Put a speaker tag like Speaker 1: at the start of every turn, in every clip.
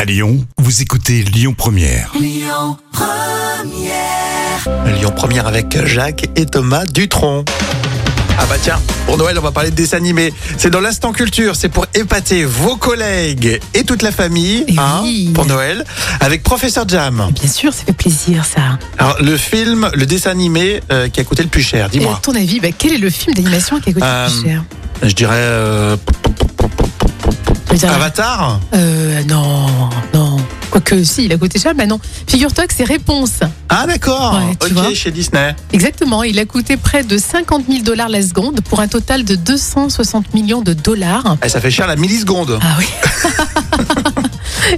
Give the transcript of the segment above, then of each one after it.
Speaker 1: À Lyon, vous écoutez Lyon Première.
Speaker 2: Lyon Première avec Jacques et Thomas Dutronc. Ah bah tiens, pour Noël, on va parler de dessins animés. C'est dans l'instant culture, c'est pour épater vos collègues et toute la famille
Speaker 3: Et
Speaker 2: hein,
Speaker 3: oui.
Speaker 2: pour Noël avec Professeur Jam.
Speaker 3: Bien sûr, ça fait plaisir ça.
Speaker 2: Alors le film, le dessin animé euh, qui a coûté le plus cher,
Speaker 3: Et à
Speaker 2: dis-moi.
Speaker 3: ton avis, bah, quel est le film d'animation qui a coûté le
Speaker 2: Euh,
Speaker 3: plus cher
Speaker 2: Je dirais euh,
Speaker 3: Je veux
Speaker 2: ah
Speaker 3: dire,
Speaker 2: bah. Avatar.
Speaker 3: euh, Non, non. Quoique, si, il a coûté cher, mais non. Figure-toi que c'est réponse.
Speaker 2: Ah d'accord,
Speaker 3: Ouais, tu
Speaker 2: ok
Speaker 3: vois.
Speaker 2: chez Disney.
Speaker 3: Exactement, il a coûté près de 50 000 dollars la seconde pour un total de 260 millions de dollars.
Speaker 2: Eh, ça fait cher la milliseconde.
Speaker 3: Ah oui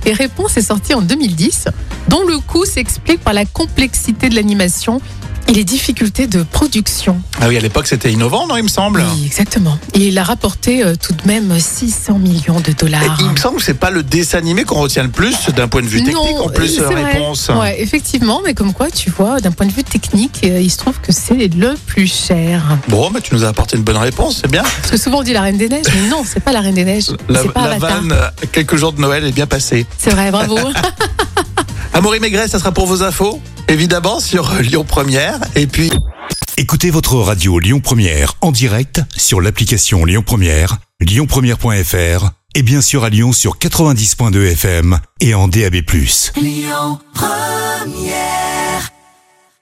Speaker 3: Et Réponse est sorti en 2010, dont le coût s'explique par la complexité de l'animation et les difficultés de production.
Speaker 2: Ah oui, à l'époque c'était innovant, non il me semble.
Speaker 3: Oui, exactement. Et il a rapporté euh, tout de même 600 millions de
Speaker 2: Et
Speaker 3: dollars.
Speaker 2: il me semble que c'est pas le dessin animé qu'on retient le plus d'un point de vue technique, en plus
Speaker 3: euh,
Speaker 2: euh,
Speaker 3: c'est vrai.
Speaker 2: réponse.
Speaker 3: Ouais, effectivement, mais comme quoi, tu vois, d'un point de vue technique, euh, il se trouve que c'est le plus cher.
Speaker 2: Bon, mais tu nous as apporté une bonne réponse, c'est bien.
Speaker 3: Parce que souvent on dit la Reine des Neiges, mais non, c'est pas la Reine des Neiges,
Speaker 2: La,
Speaker 3: c'est pas
Speaker 2: la
Speaker 3: Avatar.
Speaker 2: vanne, euh, quelques jours de Noël est bien passée.
Speaker 3: C'est vrai, bravo.
Speaker 2: Amaury Maigret, ça sera pour vos infos, évidemment, sur euh, Lyon Première. Et puis,
Speaker 1: Écoutez votre radio Lyon Première en direct sur l'application Lyon Première, lyonpremière.fr et bien sûr à Lyon sur 90.2 FM et en DAB+.